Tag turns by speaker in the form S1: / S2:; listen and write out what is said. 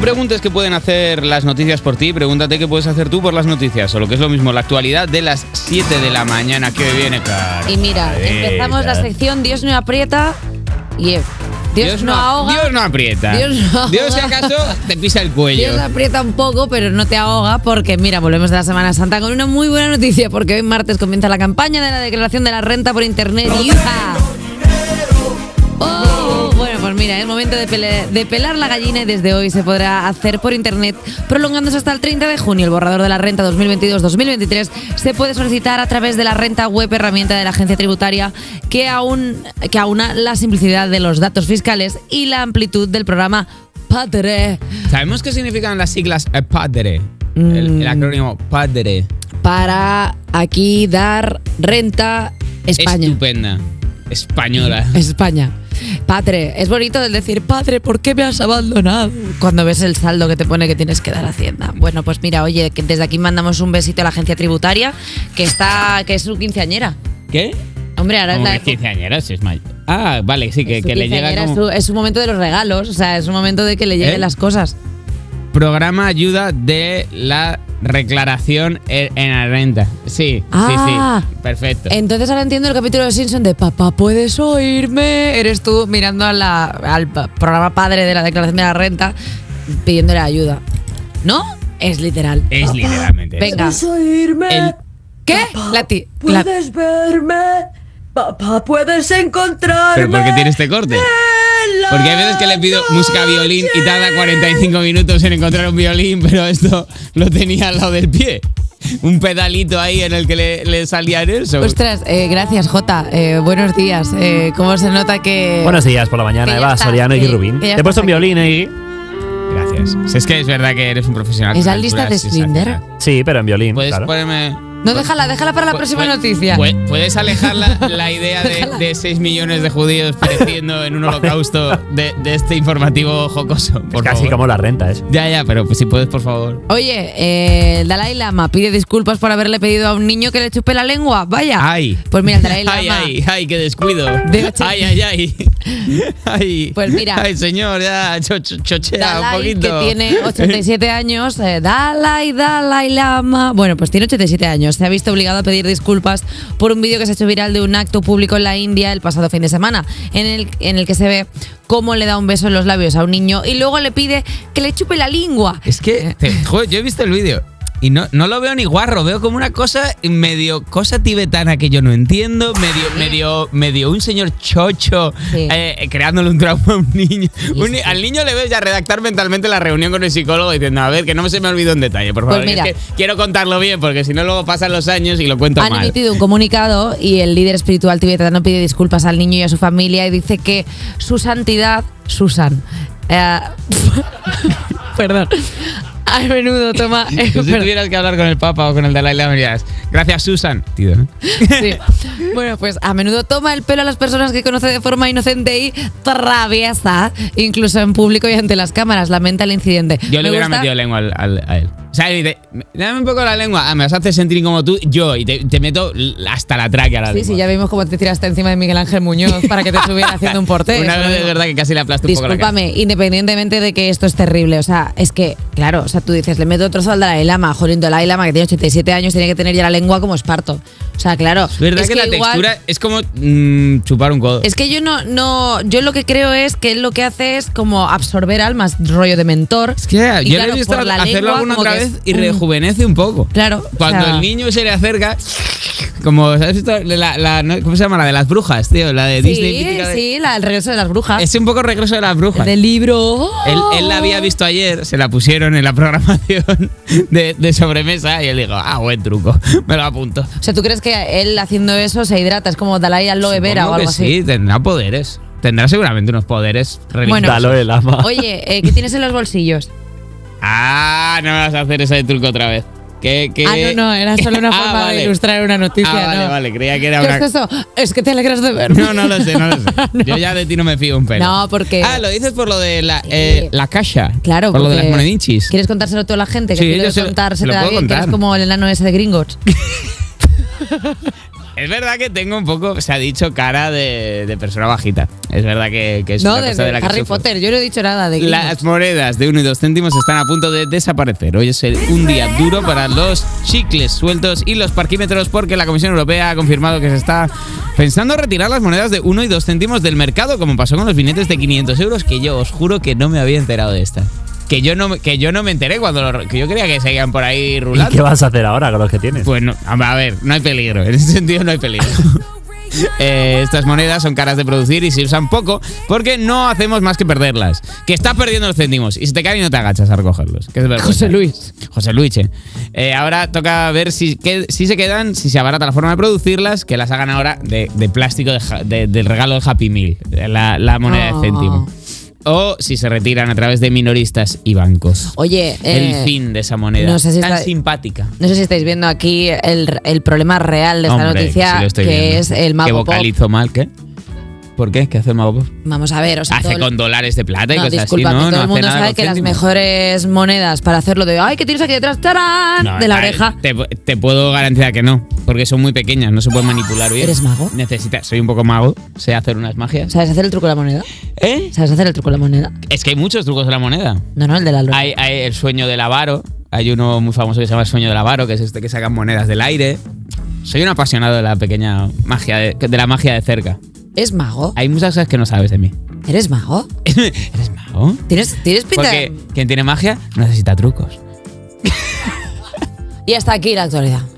S1: preguntes qué pueden hacer las noticias por ti, pregúntate qué puedes hacer tú por las noticias, o lo que es lo mismo, la actualidad de las 7 de la mañana que viene, claro.
S2: Y mira, empezamos la sección Dios no aprieta y Dios, no, ahoga.
S1: Dios no aprieta.
S2: Dios no ahoga.
S1: Dios, si acaso, te pisa el cuello.
S2: Dios aprieta un poco, pero no te ahoga porque, mira, volvemos de la Semana Santa con una muy buena noticia porque hoy martes comienza la campaña de la declaración de la renta por internet. ¡Hija! Oh, bueno, pues mira, es momento de, pele- de pelar la gallina y desde hoy se podrá hacer por internet, prolongándose hasta el 30 de junio. El borrador de la renta 2022-2023 se puede solicitar a través de la renta web herramienta de la agencia tributaria que, aún, que aúna la simplicidad de los datos fiscales y la amplitud del programa PADRE.
S1: ¿Sabemos qué significan las siglas eh, PADRE? El,
S2: Mm.
S1: el acrónimo PADRE.
S2: para aquí dar renta España.
S1: Estupenda. Española.
S2: España. Padre, es bonito el decir, padre, ¿por qué me has abandonado? Cuando ves el saldo que te pone que tienes que dar a Hacienda. Bueno, pues mira, oye, que desde aquí mandamos un besito a la agencia tributaria, que está, que es su quinceañera.
S1: ¿Qué?
S2: Hombre, ahora es
S1: Como
S2: la
S1: que quinceañera, si es mayor. Ah, vale, sí, que,
S2: su
S1: que le
S2: quinceañera,
S1: llega
S2: es
S1: como...
S2: su- es su momento de los regalos, o sea, es su momento de que le lleguen
S1: ¿Eh?
S2: las cosas.
S1: programa ayuda de la reclaración en en la renta. Sí,
S2: Ah.
S1: sí, sí. Perfecto.
S2: Entonces ahora entiendo el capítulo de Simpson de Papá, ¿puedes oírme? Eres tú mirando a la- al pa- programa padre de la declaración de la renta pidiéndole ayuda. ¿No? Es literal.
S1: es literalmente. eso.
S2: Venga.
S3: ¿Puedes oírme?
S1: El-
S2: ¿Qué? Lati. la-
S3: ¿Puedes verme? Papá, ¿puedes encontrarme?
S1: ¿Pero por qué tiene este corte?
S3: en la
S1: Porque hay veces que le pido música violín y tarda 45 minutos en encontrar un violín, pero esto lo tenía al lado del pie. Un pedalito ahí en el que le, le salía eso.
S2: Ostras, eh, gracias, Jota. Eh, buenos días. Eh, ¿Cómo se nota que.
S4: Buenos días por la mañana,
S2: que ya
S4: Eva
S2: está,
S4: Soriano y
S2: que-
S4: Rubín.
S2: que ya
S4: Te he puesto
S2: estás
S4: un
S2: aquí.
S4: violín, eh, Iggy?
S1: Gracias. Si es que es verdad que eres un profesional.
S2: ¿Es
S1: con
S2: la lista
S1: alturas
S2: de Slinder?
S1: sensacional.
S4: Sí, pero en violín,
S1: Puedes
S4: claro.
S1: ponerme...
S2: No, déjala, déjala para la
S1: Pu-
S2: próxima
S1: pu-
S2: noticia.
S1: pu- ¿Puedes alejar la, la idea de,
S2: Déjala.
S1: de 6 millones de judíos pereciendo en un holocausto de, de este informativo jocoso?
S4: Es
S1: Por
S4: casi
S1: favor?
S4: como la renta, ¿eh? es.
S1: Ya, ya, pero pues, si puedes, por favor.
S2: Oye, eh, el Dalai Lama pide disculpas por haberle pedido a un niño que le chupe la lengua. Vaya.
S1: ¡Ay!
S2: Pues mira, el Dalai Lama.
S1: ¡Ay, ay, ay! ¡Qué descuido!
S2: De ocho-
S1: ¡Ay, ay, ay! ¡Ay!
S2: Pues mira.
S1: ¡Ay, señor! Ya, cho- cho- chochea un
S2: Dalai, que
S1: poquito.
S2: tiene 87 años, eh, Dalai, Dalai Lama. Bueno, pues tiene 87 años. Se ha visto obligado a pedir disculpas por un vídeo que se ha hecho viral de un acto público en la India el pasado fin de semana, en el, en el que se ve cómo le da un beso en los labios a un niño y luego le pide que le chupe la lengua.
S1: Es que, te- joder, yo he visto el vídeo y no, no lo veo ni guarro, veo como una cosa medio cosa tibetana que yo no entiendo, medio medio medio un señor chocho
S2: Sí.
S1: eh, creándole un trauma a un niño. Un ni-
S2: sí.
S1: Al niño le ves ya redactar mentalmente la reunión con el psicólogo diciendo, a ver, que no me se me olvide un detalle, por
S2: Pues
S1: favor. que es
S2: mira.
S1: que quiero contarlo bien porque si no luego pasan los años y lo cuento
S2: Han
S1: mal.
S2: emitido un comunicado y el líder espiritual tibetano pide disculpas al niño y a su familia y dice que su santidad, Susan, eh, perdón, a menudo toma... eh,
S1: Tú si
S2: perdón.
S1: tuvieras que hablar con el Papa o con el Dalai Lama dirías, gracias Susan. Tío, ¿no?
S2: Sí. Bueno, pues a menudo toma el pelo a las personas que conoce de forma inocente y traviesa, incluso en público y ante las cámaras. Lamenta el incidente.
S1: Yo le
S2: Me
S1: hubiera
S2: gusta-
S1: metido lengua al, al- a él. O sea, él dice, dame un poco la lengua. Ah, me vas a hacer sentir como tú, yo. Y te, te meto l- hasta la tráquea a la
S2: Sí, sí,
S1: lengua.
S2: ya vimos cómo te tiraste encima de Miguel Ángel Muñoz para que te estuviera haciendo un porté.
S1: Una
S2: Eso lo
S1: vez es
S2: digo.
S1: verdad que casi le aplasto un poco la cara.
S2: Discúlpame, independientemente de que esto es terrible, o sea, es que, claro, o sea, tú dices, le meto otro trozo al Dalai Lama, jolín, Dalai Lama que tiene 87 años, tiene que tener ya la lengua como esparto. O sea, claro.
S1: Es verdad
S2: es
S1: que, la
S2: igual-
S1: textura es como mm, chupar un codo.
S2: Es que yo no, no, yo lo que creo es que él lo que hace es como absorber almas, rollo de mentor.
S1: Es que
S2: Y
S1: yo le
S2: claro,
S1: he visto
S2: por la
S1: hacerlo
S2: lengua,
S1: alguna
S2: como
S1: otra
S2: que es
S1: vez y
S2: un-
S1: rejuvenece un poco.
S2: Claro, o
S1: Cuando
S2: sea-
S1: el niño se le acerca, como, ¿has visto? La, la- ¿no? ¿Cómo se llama? La de las brujas, tío. La de Disney.
S2: Sí,
S1: mítica de-
S2: sí, ah. la- el regreso de las brujas.
S1: Es un poco regreso de las brujas.
S2: del libro.
S1: Él, él la había visto ayer, se la pusieron en la programación de, de sobremesa y él dijo, ah, buen truco, me lo apunto.
S2: O sea, ¿tú crees que él haciendo eso se hidrata? Es como Dalai aloe vera o
S1: Supongo
S2: algo
S1: que
S2: así.
S1: Sí, tendrá poderes. Tendrá seguramente unos poderes religiosos.
S2: Bueno.
S4: Dalo el ama.
S2: Oye, eh, ¿qué tienes en los bolsillos?
S1: Ah, no me vas a hacer ese truco otra vez. ¿Qué, qué? Ah, vale.
S2: una noticia.
S1: Ah, vale, vale, creía que era
S2: ¿Qué
S1: una...
S2: es eso? Es que te alegras de verme.
S1: No, no lo sé, no lo sé. Yo ya de ti no me fío un pelo.
S2: Ah, No, porque-
S1: Ah, lo dices por lo de la, eh, la caja.
S2: Claro,
S1: Por lo de
S2: porque
S1: las moneninchis.
S2: ¿Quieres contárselo tú a la gente? Que
S1: Sí,
S2: sí,
S1: yo
S2: lo
S1: se
S2: de
S1: lo-
S2: contar,
S1: se
S2: se te
S1: lo
S2: da
S1: puedo
S2: bien, que eres
S1: contar.
S2: como el enano ese de Gringotts.
S1: Es verdad que tengo un poco, se ha dicho, cara de, de persona bajita. Es verdad que, que es
S2: No,
S1: una
S2: de,
S1: cosa de la que
S2: Harry
S1: sufro.
S2: Potter, yo no he dicho nada de
S1: Las monedas de 1 y 2 céntimos están a punto de desaparecer. Hoy es el- un día duro para los chicles sueltos y los parquímetros porque la Comisión Europea ha confirmado que se está pensando retirar las monedas de 1 y 2 céntimos del mercado, como pasó con los billetes de 500 euros, que yo os juro que no me había enterado de esta. Que yo no, me- que yo no me enteré cuando lo- que yo creía que seguían por ahí
S4: ¿Y qué
S1: rulando.
S4: vas a hacer ahora con los que tienes?
S1: Pues no, a ver, no hay peligro. En ese sentido no hay peligro. Eh, estas monedas son caras de producir y se usan poco porque no hacemos más que perderlas. Que estás perdiendo los céntimos y se te caen y no te agachas a recogerlos. Qué vergüenza.
S2: José Luis.
S1: José Luis. eh. Eh, ahora toca ver si, que- si se quedan, si se abarata la forma de producirlas, que las hagan ahora de, de plástico de ja- de- del regalo del Happy Meal, de la, la moneda
S2: Oh.
S1: de céntimo. O si se retiran a través de minoristas y bancos.
S2: Oye, eh,
S1: El fin de esa moneda.
S2: no sé si
S1: Tan
S2: está-
S1: simpática.
S2: No sé si estáis viendo aquí el, el problema real de esta
S1: Hombre,
S2: noticia,
S1: sí lo
S2: que
S1: estoy viendo.
S2: es el
S1: Que
S2: mago pop.
S1: vocalizo mal, ¿qué? ¿Por qué? ¿Qué hace el mago pop?
S2: Vamos a ver, o sea,
S1: Hace
S2: todo-
S1: con dólares de plata y
S2: No,
S1: cosas así,
S2: disculpa,
S1: ¿no?
S2: que todo
S1: No
S2: el
S1: hace
S2: mundo
S1: nada
S2: sabe
S1: con
S2: que las
S1: céntimos.
S2: mejores monedas para hacerlo de ay, que tienes aquí detrás, ¡tarán!
S1: No,
S2: de la
S1: tal,
S2: oreja.
S1: Te, te puedo garantizar que no, porque son muy pequeñas, no se pueden manipular bien.
S2: ¿Eres mago?
S1: Necesita, soy un poco mago, sé hacer unas magias.
S2: ¿Sabes hacer el truco de la moneda?
S1: ¿Eh?
S2: ¿Sabes hacer el truco de la moneda?
S1: Es que hay muchos trucos de la moneda.
S2: No, no, el de la luna.
S1: Hay, hay el sueño del avaro, hay uno muy famoso que se llama el sueño del avaro, que es este que sacan monedas del aire. Soy un apasionado de la pequeña magia, de, de la magia de cerca.
S2: ¿Es mago?
S1: Hay muchas cosas que no sabes de mí.
S2: ¿Eres mago?
S1: ¿Eres mago?
S2: ¿Tienes, tienes pinta de-
S1: Porque quien tiene magia necesita trucos.
S2: Y hasta aquí la actualidad.